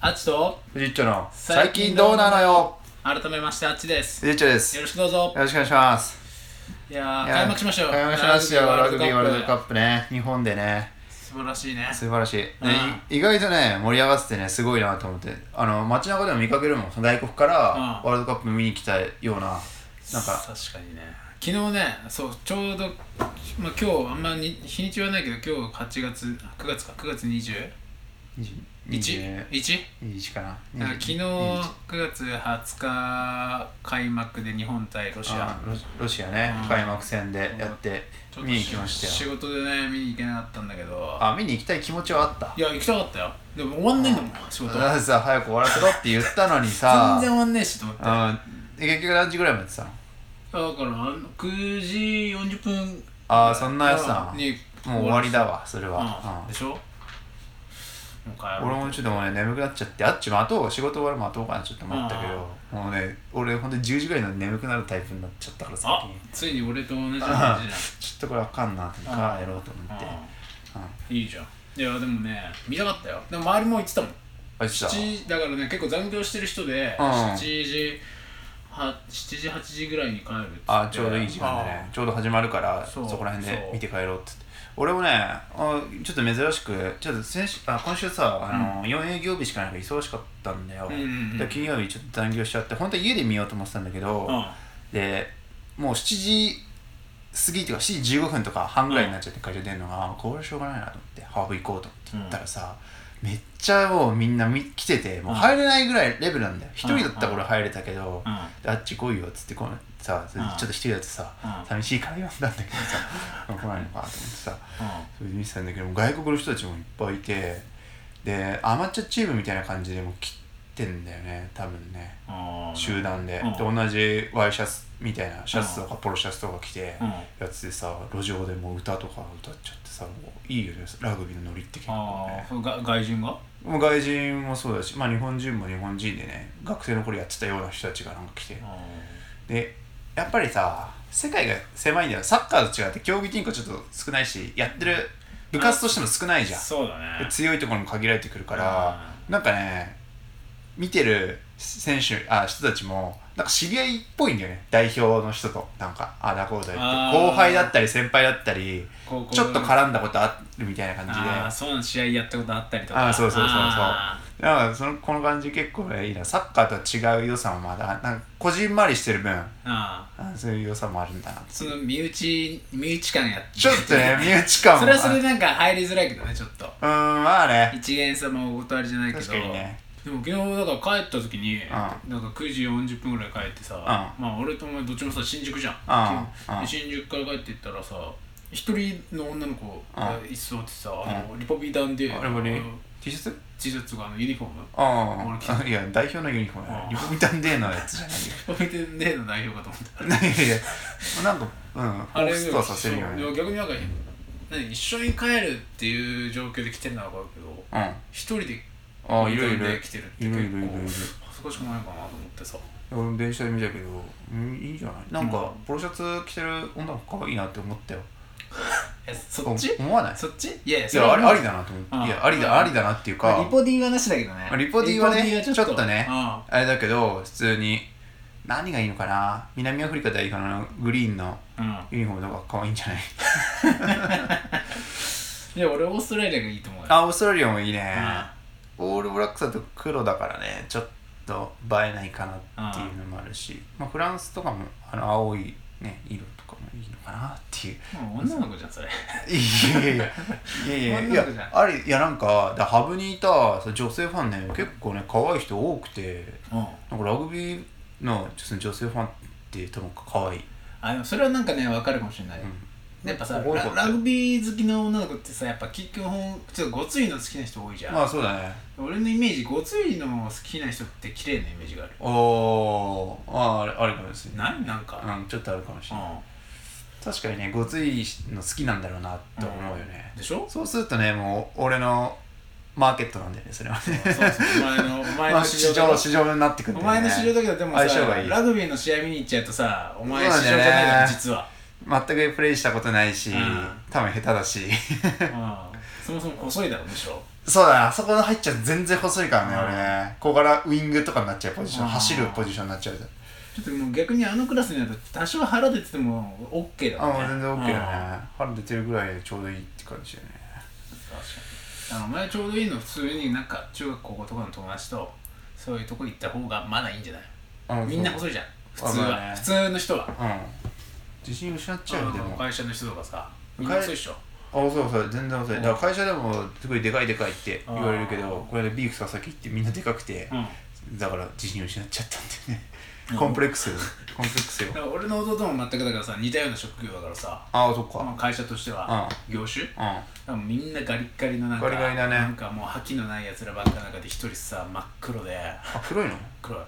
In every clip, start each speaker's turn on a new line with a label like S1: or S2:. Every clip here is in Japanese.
S1: あっちと
S2: 藤井町の
S1: 最
S2: 最
S1: 近
S2: 近
S1: ど
S2: ど
S1: う
S2: う
S1: な
S2: な
S1: の
S2: のよ
S1: 改めましてあっちです
S2: 藤井町です
S1: よ
S2: よ
S1: ろしくどうぞ
S2: ろしくお願いします
S1: いやー
S2: いや
S1: 開幕しましょう
S2: 開幕しましたよラグビーワールドカ
S1: プ
S2: ップね日本でね
S1: 素晴らしいね
S2: 素晴らしい、ねい意外とね盛り上がっててねすごいなと思ってあの街中でも見かけるもんその外国からワ
S1: うん
S2: ールドカップ見に来たようななんか
S1: 確かにね昨日ねそうちょうど、まあ、今日あんまに日にちはないけど今日8月9月か9月
S2: 21
S1: 21?1?
S2: かな
S1: だから昨日9月20日開幕で日本対ロシア
S2: あロシロシアね
S1: うん
S2: 開幕戦でやって
S1: ちょっと
S2: 見に行きました
S1: 仕
S2: よ
S1: 事でね見に行けなかったんだけど
S2: あ見に行きたい気持ちはあった
S1: いや行きたかったよでも終わんないんだもん仕事全
S2: だって さ早く終わらせろって言ったのにさ
S1: 然終わんねえしと思ってだか
S2: うん結局何時ぐらいまでさ
S1: ら9時40分
S2: ああそんなやつだな
S1: に
S2: もう終わりだわそれ
S1: うん
S2: は、
S1: でしょもう帰
S2: うん、
S1: ろう
S2: 俺もちょっともうね眠くなっちゃってあっち待とう仕事終わる待とうかなちょっと思ったけどもうね俺ほんと10時ぐらいの眠くなるタイプになっちゃったからさ
S1: あ
S2: 先に
S1: ついに俺と同じ感じじゃん
S2: うんちょっとこれあかんなと思って
S1: うん
S2: ああやろうと思って
S1: うんいいじゃんいやでもね見たかったよでも周りも言ってたもん
S2: あいつだ
S1: 7だからね結構残業してる人で、
S2: うん
S1: 7時は7時8時ぐらいに帰るっつって
S2: あちょうどいい時間でねちょうど始まるから
S1: そ
S2: そうこら辺
S1: そ
S2: で
S1: う
S2: 見て帰ろうって言って俺もねあちょっと珍しくちょっと先週あ今週さあの、4営業日しかないから忙しかったんだよ、
S1: うんうんうん
S2: で金曜日ちょっと残業しちゃって本当は家で見ようと思ってたんだけど、
S1: うん
S2: でもう7時過ぎとか7時15分とか半ぐらいになっちゃって会社出るのが、あこれしょうがないなと思ってハーフ行こうと思って行ったらさ、めっちゃもうみんなみ来ててもう入れないぐらいレベルなんだよ一人だったら俺入れたけど、
S1: うん
S2: であっち来いよっつってこのさちょ
S1: ん
S2: っと一人だとさ、
S1: うん
S2: 寂しいから呼んだんだけ どさ来ないのかと思ってさそれで見てたんだけどもう外国の人たちもいっぱいいてでアマチュアチームみたいな感じでもう切ってんだよね多分ね
S1: うん
S2: 集団で,、
S1: うん
S2: で同じワイシャツみたいなシャツとかポロシャツとか着て、
S1: うん
S2: やつでさ路上でもう歌とか歌っちゃってさもういいよねラグビーのノリって結構
S1: あ
S2: ね
S1: あが外人が
S2: もう外人もそうだし、まあ、日本人も日本人でね学生の頃やってたような人たちがなんか来て、でやっぱりさ世界が狭いんだよサッカーと違って競技人口ちょっと少ないしやってる部活としても少ないじゃん
S1: そうだね
S2: 強いところも限られてくるからなんかね見てる選手あ人たちもなんか知り合いっぽいんだよね代表の人となんかあだこうだ言
S1: あ
S2: っ
S1: ー
S2: て後輩だったり先輩だったり
S1: 高校
S2: ちょっと絡んだことあるみたいな感じで
S1: ああそうな試合やったことあったりとか
S2: あそうそうそうそう
S1: あー
S2: だからそのこの感じ結構ねいいなサッカーとは違う良さもまだなんかこじんまりしてる分
S1: あー
S2: あそういう良さもあるんだなって
S1: その身内身内感やって
S2: ちょっとね、身内感も。
S1: それはそれで
S2: う
S1: なんか入りづらいけどねちょっと
S2: ーん、まあね。
S1: 一元様お断りじゃないけど
S2: 確かにね。
S1: でも昨日だから帰った時に、
S2: う
S1: なんか9時40分ぐらい帰ってさ、
S2: う
S1: まあ俺とお前どっちもさ新宿じゃん、
S2: うん
S1: で新宿から帰って行ったらさ一人の女の子が居座ってさ、あのリポビタンで、
S2: あれもね
S1: の、
S2: T シャツ
S1: T シャツがあのユニフォーム俺着
S2: あ
S1: た
S2: あ。いや、代表のユニフォーム
S1: う
S2: や
S1: ん。
S2: リポビタンデーのやつじゃ
S1: リポビタンでの代表かと思った
S2: ないよ。いやい や、なんか、うん、ホースとはさせるよ
S1: いや
S2: ね。
S1: 逆になんか何一緒に帰るっていう状況で来てるのは分かるけど
S2: うん。あ
S1: 一人で
S2: あ、いろいろ。
S1: で来てるって
S2: い
S1: 結構
S2: ろいろいろいろ。
S1: 恥ずかしくないかなと思ってさ
S2: 俺電車で見たけど、うん、いいんじゃないなん
S1: う
S2: か
S1: ん、
S2: ポロシャツ着てる女の子かわいいなって思ったよ。
S1: えそっち
S2: お思わない
S1: そっちいやいや
S2: いや、ありあり
S1: だ
S2: だなと思
S1: うん
S2: って。いや、あり
S1: うん
S2: だ、ありだなっていうか。
S1: リポディはなしだけどね
S2: まあリポディはね
S1: リポディ
S2: ちょっとね
S1: う
S2: あれだけど、普通に、何がいいのかな南アフリカ代表のグリーンの
S1: んうん
S2: ユニフォームとか可愛いんじゃない
S1: いや俺オーストラリアがいいと思うよ
S2: あ、オーストラリアもいいね。
S1: う
S2: オールブラックスだと黒だからね、ちょっと映えないかなっていうのもあるし、まあ、フランスとかもあの青い、ね、色とかもいいのかなっていう。
S1: んもう女の子じゃんそれ
S2: いやいやいやいやい
S1: 女
S2: やい
S1: の子じゃ
S2: や
S1: ん
S2: あれいやなんかだハブにいたそう女性ファンね結構ね可愛い人多くて
S1: うん
S2: なんかラグビーのその女性ファンって多分可愛い、
S1: あでもそれはなんかね分かるかもしれないやっぱさ
S2: ここ
S1: ララグビー好きな女の子ってさやっぱ結局ほんちょっとごついの好きな人多いじゃん、
S2: まあそうだね
S1: 俺のイメージごついの好きな人って綺麗なイメージがある
S2: おおああれあれかもしれない、
S1: ないなんか
S2: うん、ちょっとあるかも
S1: う
S2: しれない
S1: ん
S2: 確かにねごついの好きなんだろうなと思うよね、
S1: でし ょ
S2: そうするとねもう俺のマーケットなんだよねそれはね
S1: そうそうお前のお前
S2: ま
S1: の
S2: あ
S1: 市
S2: 市
S1: 場
S2: 場
S1: だ
S2: 市場になってくん
S1: お
S2: だよね
S1: 前の市場だけどでもさ
S2: 相性がいい
S1: ラグビーの試合見に行っちゃうとさお前
S2: そう
S1: 市
S2: だ
S1: 場
S2: ね
S1: じゃないの実は
S2: 全くプレイしたことないし、
S1: うん
S2: 多分下手だし
S1: そもそも細いだろ、むしろ。
S2: そうだなあそこの入っちゃうと全然細いからね、
S1: うん
S2: 俺ねここからウイングとかになっちゃうポジション、
S1: うん
S2: 走るポジションになっちゃうじ
S1: ちょっともう逆にあのクラスになると多少腹出てても OK だ
S2: ゃんあ
S1: もんね。うん
S2: もう全然 OK
S1: 確
S2: だね腹出てるぐらいでちょうどいいって感じだよね
S1: かに。あの前ちょうどいいの普通になんか中学高校とかの友達とそういうとこ行った方がまだいいんじゃない
S2: あそう
S1: みんな細いじゃん。普通
S2: あまあ
S1: は。
S2: ね
S1: 普通の人は。
S2: うん自信失っちゃうよでもあ
S1: 会社の人とかさ、みんな細いっしょ。
S2: そうそう全然遅いだから会社でもすごいでかいでかいって言われるけ
S1: あ
S2: ど
S1: ー
S2: これでビーク川崎行ってみんなでかくて
S1: うん。
S2: だから自信失っちゃったん だよねコンプレックスコンプレックスよ
S1: だから俺の弟も全くだからさ、似たような職業だからさ、
S2: ああそっ
S1: まあ
S2: か
S1: 会社としては業種
S2: うん
S1: 多分みんなガリッガリのなんか
S2: ガリガリだね
S1: なんかもう覇気のないやつらばっかの中で一人さ真っ黒で
S2: あ黒いの
S1: 黒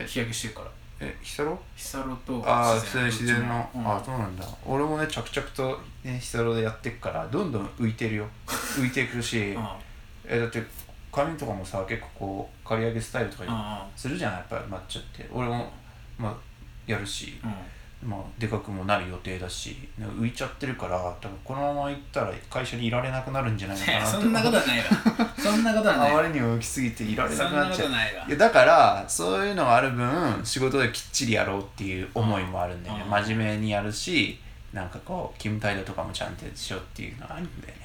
S1: い日焼けしてるから
S2: えヒサロ
S1: ヒサロと
S2: ああ
S1: 自
S2: 普通に自然の、
S1: うん
S2: ああそうなんだ俺もね着々と、ね、ヒサロでやってくからどんどん浮いて るよ浮いてくるし、
S1: うんうん
S2: えだって髪とかもさ結構こう刈り上げスタイルとか
S1: う
S2: するじゃんやっぱり抹茶って俺もまあやるし、
S1: ん
S2: まあ、でかくもなる予定だしなんか浮いちゃってるから多分このまま行ったら会社にいられなくなるんじゃないの
S1: い
S2: か
S1: や
S2: な
S1: そんなことはないわそんなことはない
S2: あま
S1: わ
S2: りにも浮きすぎていられな
S1: そ
S2: く
S1: ん
S2: な
S1: な
S2: っ
S1: こ
S2: ちゃ
S1: と
S2: う
S1: ないわ
S2: いやだからそういうのがある分仕事できっちりやろうっていう思いもあるんだよね、
S1: うん
S2: 真面目にやるしなんかこう勤務態度とかもちゃんとしようっていうのがあるんだよね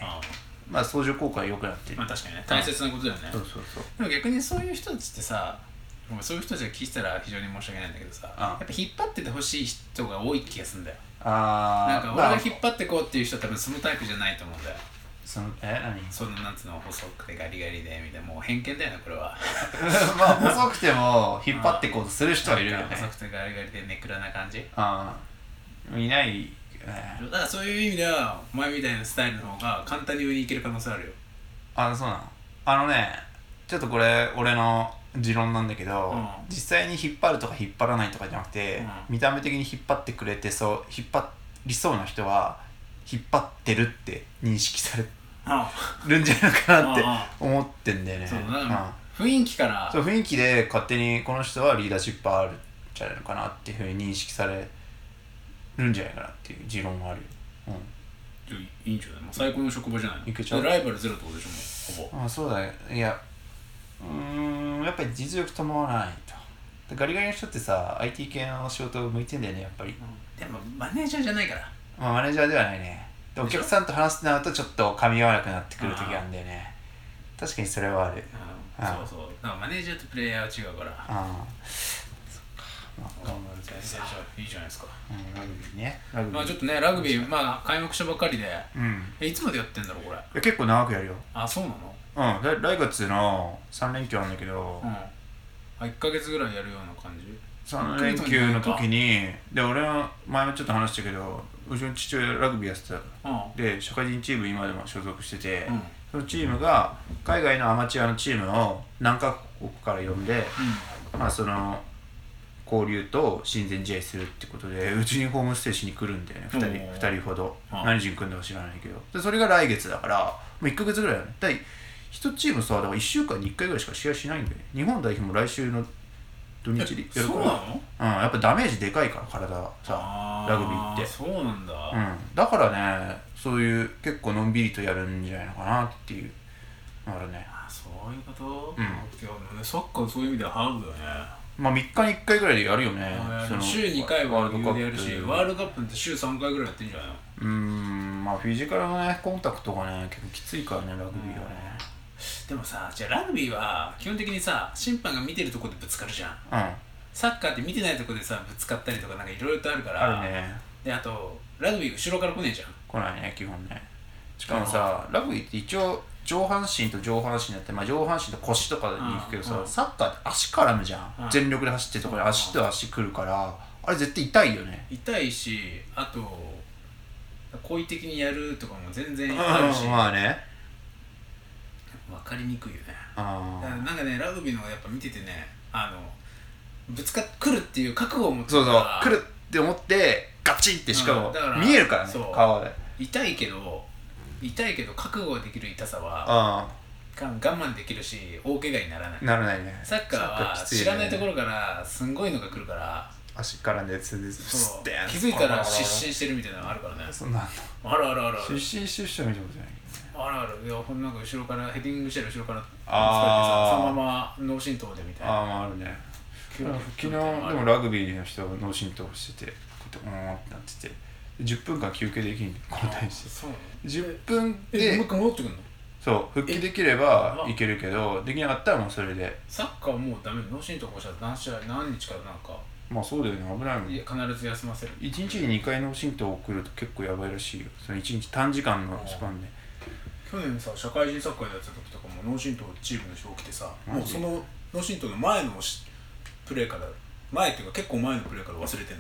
S1: う
S2: まあ相乗効果が良くなって
S1: ん
S2: る、
S1: まあ確かにね大切なことだよね
S2: そうそうそう
S1: でも逆にそういう人たちってさもうそういう人たちが聞いてたら非常に申し訳ないんだけどさ
S2: うん
S1: やっぱ引っ張っててほしい人が多い気がするんだよな
S2: あ
S1: ん
S2: ー
S1: か
S2: まあ
S1: 俺が引っ張ってこうっていう人は多分そのタイプじゃないと思うんだよ
S2: その え何
S1: そんななんつうの細くてガリガリでみたいなもう偏見だよなこれは
S2: まあ細くても引っ張ってこうとする人はいるよね
S1: なんか細くてガリガリでネクラな感じ
S2: ああいないよね
S1: だからそういう意味ではお前みたいなスタイルの方が簡単に上に行ける可能性あるよ
S2: あそうなのあのねちょっとこれ俺の持論なんだけど、
S1: うん
S2: 実際に引っ張るとか引っ張らないとかじゃなくて、
S1: うん
S2: 見た目的に引っ張ってくれてそう引っ張りそうな人は引っ張ってるって認識され
S1: あ
S2: るんじゃないかなって
S1: あ
S2: 思ってんだよね
S1: そうだ
S2: うん
S1: な、雰囲気から
S2: そう雰囲気で勝手にこの人はリーダーシップあるんじゃないのかなっていうふうに認識されるんじゃないかなっていう持論はあるよ、うん
S1: いやいいんじゃないもう最高の職場じゃないの
S2: いけちゃう
S1: ライバルゼロってことでしょもうほ
S2: あそうだねいやうーんやっぱり実力伴わないとでガリガリの人ってさ IT 系の仕事向いてんだよねやっぱり、
S1: ぼ、でもマネージャーじゃないから
S2: まあ、マネージャーではないねでお
S1: でしょ
S2: 客さんと話すとなるとちょっと噛み合わなくなってくる時があるんだよね確かにそれはあるああ
S1: そうそうだからマネージャーとプレイヤーは違うから
S2: ああそっかまあ頑張る
S1: 全
S2: ぜ
S1: 然じゃあいいじゃないですか
S2: うんラグビーねラグビー
S1: まあちょっとねラグビーまあ開幕したばっかりで
S2: うん
S1: えいつまでやってんだろうこれ
S2: いや結構長くやるよ
S1: あそうなの
S2: うん来来月の3連休なんだけど、
S1: うんあ1ヶ月ぐらいやるような感じ
S2: 3連休の時にで俺は前もちょっと話したけどうちの父親ラグビーやってた
S1: う
S2: で社会人チーム今でも所属してて、
S1: んうん
S2: そのチームが海外のアマチュアのチームを何カ国から呼んで、まあ、その交流と親善試合するってことでうちにホームステイしに来るんだよね2人
S1: おー
S2: 二人ほど
S1: はい
S2: 何人来るのか知らないけどでそれが来月だからもう1ヶ月ぐらいだねだ1チームさだから1週間に1回ぐらいしか試合しないんだよね日本代表も来週の土日に
S1: え
S2: やる
S1: そうな
S2: から
S1: の
S2: うん、やっぱダメージでかいから体さ、
S1: あー
S2: ラグビーって
S1: そうなんだ、
S2: うん、だからねそういう結構のんびりとやるんじゃないのかなっていうあるね
S1: あそういうこと、
S2: うん
S1: いやでもねサッカーそういう意味ではハーフだよね
S2: まあ3日に1回ぐらいでやるよね
S1: あ
S2: その
S1: 週2回は余裕でやるしワー
S2: ルドカップ
S1: ルドカップって週3回ぐらいやってんじゃないの
S2: うんまあフィジカルのねコンタクトがね結構きついからねラグビーは
S1: でもさじゃあラグビーは基本的にさ審判が見てるとこでぶつかるじゃん
S2: ね
S1: サッカーって見てないとこでさぶつかったりとかなんかいろいろとあるか
S2: うん
S1: ら
S2: あるね
S1: であとラグビー後ろから来ねえじゃん
S2: 来ないね基本ねしかもさラグビーって一応上半身と上半身だって、まあ、上半身と腰とかに行くけどさ、
S1: うんうん
S2: サッカーって足絡むじゃん、
S1: うん
S2: 全力で走ってるところに足と足くるからあれ絶対痛いよね
S1: 痛いしあと好意的にやるとかも全然あるし、
S2: うん
S1: 分
S2: まあね
S1: かりにくいよねだから
S2: あ
S1: なんかねラグビーのやっぱ見ててねあのぶつかっ来るっていう覚悟を持って
S2: そう
S1: か
S2: そう
S1: ら
S2: 来るって思ってガチンってしかも
S1: うんだから
S2: 見えるからね
S1: そう
S2: 顔で
S1: 痛いけど痛いけど覚悟ができる痛さは
S2: あ
S1: が我慢できるし大怪我にならない
S2: あならないね
S1: サッカーは
S2: サッカーきついね
S1: 知らないところからすんごいのが来るから
S2: 足絡んでつんでス
S1: そ
S2: ッ
S1: う
S2: て
S1: 気づいたら失神してるみたいなのあるからね
S2: そんなん
S1: あるあるあるあ
S2: 出
S1: る
S2: 身出社見たことないけどね
S1: あるあるいやほんなんか後ろからヘディングしてる後ろから
S2: あー
S1: そのまま脳震盪でみたいな
S2: ああまああるね
S1: 急
S2: 昨
S1: に
S2: 日でもラグビーの人が脳震盪しててこうやってうーんってなっててで10分間休憩できん交代して
S1: そうなの
S2: 10分
S1: えもう
S2: で
S1: 一回戻ってくんの
S2: そう復帰できれば
S1: え
S2: いけるけどできなかったらもうそれで
S1: サッカーはもうダメ脳震盪起こしたら何試合何日かなんか
S2: まあそうだよね危ないもん
S1: いや必ず休ませる
S2: 1日に2回脳震盪を送ると結構やばいらしいよその1日短時間のスパンで
S1: 去年さ社会人サッカーやってた時とかも脳震盪チームの人起きてさ
S2: マジ
S1: もうその脳震盪の前のしプレーから前っていうか結構前のプレーから忘れてん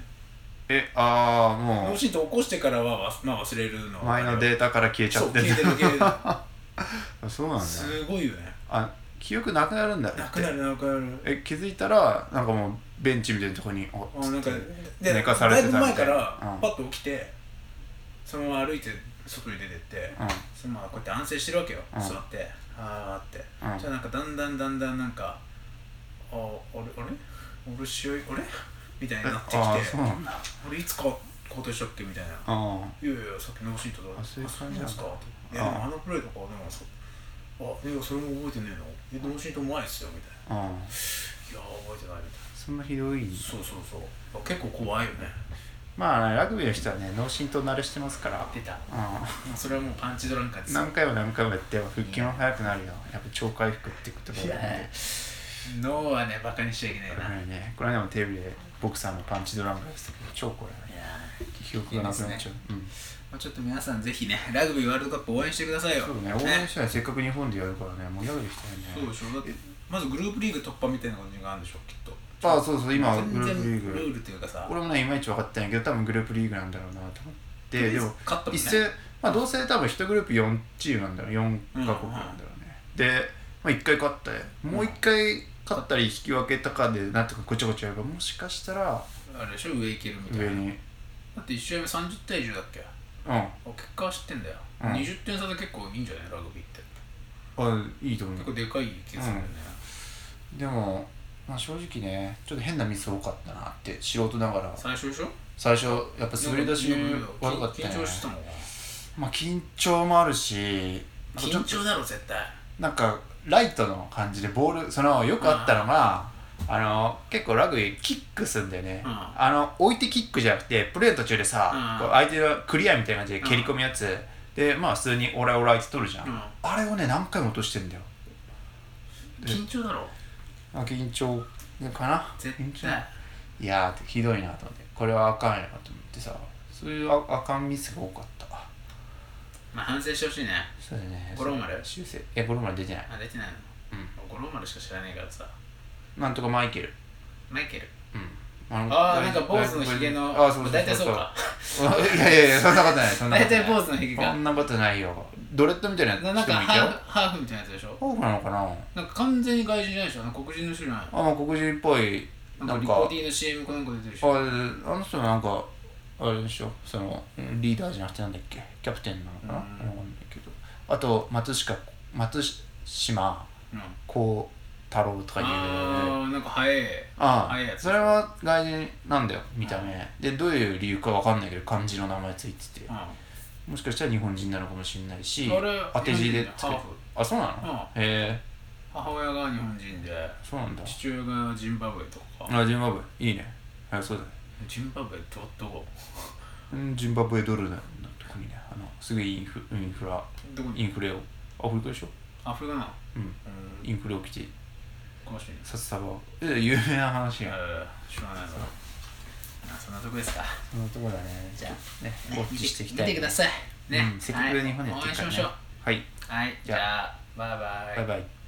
S2: えああも
S1: の脳
S2: う
S1: 震盪起こしてからはわす、まあ、忘れるのは
S2: 前のデータから消えちゃ
S1: そう
S2: って
S1: 消えてる消えてる
S2: あ そうなんだ
S1: すごいよね
S2: あ記憶なくなるんだ
S1: なくなるなくなる
S2: え気づいたらなんかもうベンチみたいなとこにお
S1: あなんかで
S2: 寝かされてたみたい
S1: だいぶ前から
S2: うん
S1: パッと起きて、そのまま歩いて外に出てって、
S2: うん
S1: そのままこうやって安静してるわけよ、
S2: うん
S1: 座ってあーって、
S2: うん
S1: じゃあなんかだんだんだんだんなんかあーあれあれ俺試合あれみたいになってきて
S2: ああそうなんだ
S1: 俺いつか交代したっけみたいな
S2: あ
S1: いやいやさっき脳震盪だ
S2: あそういう感
S1: あ
S2: じなんだ
S1: そうなんですかい
S2: あ
S1: や
S2: あ
S1: でもあのプレーとかでもそうあいやそれも覚えてねえのえ脳震盪前ですよみたいな
S2: あうん
S1: いや覚えてないみたいな
S2: そんなひどい
S1: そうそうそう結構怖いよね
S2: まあラグビーの人はね脳震盪慣れしてますから
S1: 出た
S2: う
S1: まあそれはもうパンチドランカーで
S2: ん
S1: す
S2: 何回も何回もやって復帰も早くなるよやっぱ超回復ってこと
S1: いや
S2: だよね
S1: 脳はねバカにしちゃいけないな、い
S2: ねこの間もテレビでボクサーのパンチドラムがやってたけど超これね
S1: や
S2: 記憶がなくなっちゃううん
S1: まあ、ちょっと皆さんぜひねラグビーワールドカップ応援してくださいよ
S2: そうね応援したらせっかく日本でやるからね盛り上げていきた
S1: そ
S2: いうね
S1: でしょだってまずグループリーグ突破みたいな感じがあるんでしょきっと
S2: ああそうそう今グ
S1: 全然
S2: ループリー
S1: ル
S2: グ
S1: ールというかさ
S2: 俺もねいまいち分かってないけど多分グループリーグなんだろうなと思ってでも
S1: 勝ったもんね
S2: 一斉まあどうせ多分1グループ4チームなんだろう4カ国なんだろうね、で、まあ、1回勝ってもう1回勝ったり引き分けたかでなんとかごちゃごちゃやればもしかしたら
S1: あれでしょ上行けるみたい
S2: 上
S1: な
S2: にうん
S1: だって1試合目30対10だっけあ
S2: あ
S1: 結果は知ってんだよ、
S2: うん
S1: 20点差で結構いいんじゃないラグビーって
S2: いいと思
S1: 結
S2: う
S1: 構でかい気がするよね、
S2: でも、まあ、正直ねちょっと変なミス多かったなって素人ながら
S1: 最初でしょ
S2: 最初やっぱ滑り出し
S1: なんか
S2: が悪かった
S1: 緊
S2: ね
S1: 緊張してたもん
S2: まあ緊張もあるしなんかちょ
S1: 緊
S2: っと
S1: 張だろ絶対
S2: なんかライトの感じでボールそのよくあったのがあの結構ラグビーキックするんだよね、
S1: うん
S2: あの置いてキックじゃなくてプレー途中でさ、
S1: うん
S2: こう相手がクリアみたいな感じで蹴り込むやつ、でまあ普通にオラオラって取るじゃん、
S1: うん
S2: あれをね何回も落としてんだよで
S1: 緊張だろ
S2: あ緊張かな
S1: 絶
S2: 緊張
S1: 対
S2: いやーひどいなと思ってこれはあかんやなと思ってさそういうああかんミスが多かった
S1: まあ反省してほしいね
S2: そうだね
S1: 五郎丸
S2: 修正いや五郎丸出てない
S1: あ出てないの五郎丸しか知らないからさ
S2: なんとかマイケル
S1: マイケル
S2: あ
S1: ああなんか坊主のひげの
S2: あそうそう
S1: 大体そうか
S2: いやいやいやそんなことないそんなこ
S1: 大
S2: とない
S1: 体坊主のひげ
S2: そ
S1: か
S2: んなことないよドレッドみたいな人
S1: な
S2: も
S1: いなんか
S2: た
S1: ハー
S2: よ
S1: フハーフみたいなやつでしょ
S2: オフなのかな
S1: なんか完全に外人じゃないでしょなんか黒人の人じゃない
S2: あまあ黒人っぽい
S1: のな
S2: なん
S1: かリ
S2: ん
S1: コ
S2: か
S1: ーディの CM かなんか出てるでし
S2: あ
S1: ょ
S2: あの人なんかあれでしょそのリーダーじゃなくてなんだっけキャプテンなのかなわか
S1: うん
S2: んないけどあと松下松島
S1: うんあ
S2: 幸太郎とかいう
S1: あーなんか早い
S2: あ
S1: あいいや
S2: あ
S1: つ
S2: それは外人なんだよ見た目でどういう理由かわかんないけど漢字の名前ついてて
S1: うん
S2: もしかしたら日本人なのかもしれないし
S1: あれ
S2: 当て字で
S1: 日本人だよ
S2: つけ
S1: ハーフ
S2: あそうなの、
S1: うん
S2: へえ
S1: 母親が日本人で
S2: そうなんだ
S1: 父親がジンバブエとか
S2: あジンバブエいいねあそうだね
S1: ジンバブエどどこ
S2: うんジンバブエドルの特にねあのすごいインフインフラ
S1: どこに
S2: インフレをアフリカでしょ
S1: アフリカなの
S2: うん
S1: うん
S2: インフレ起きて
S1: 詳しいね
S2: 札束をえ有名な話
S1: え
S2: や
S1: ー知らないぞまあそんなとこですか
S2: そのところだねじゃあね放置していきたい、
S1: 見てくださいね、
S2: うん、せっかく日本でやっ
S1: はい
S2: てるから、ね、
S1: 応援しましょう
S2: はい
S1: はいじゃあバイバイ
S2: バイバイ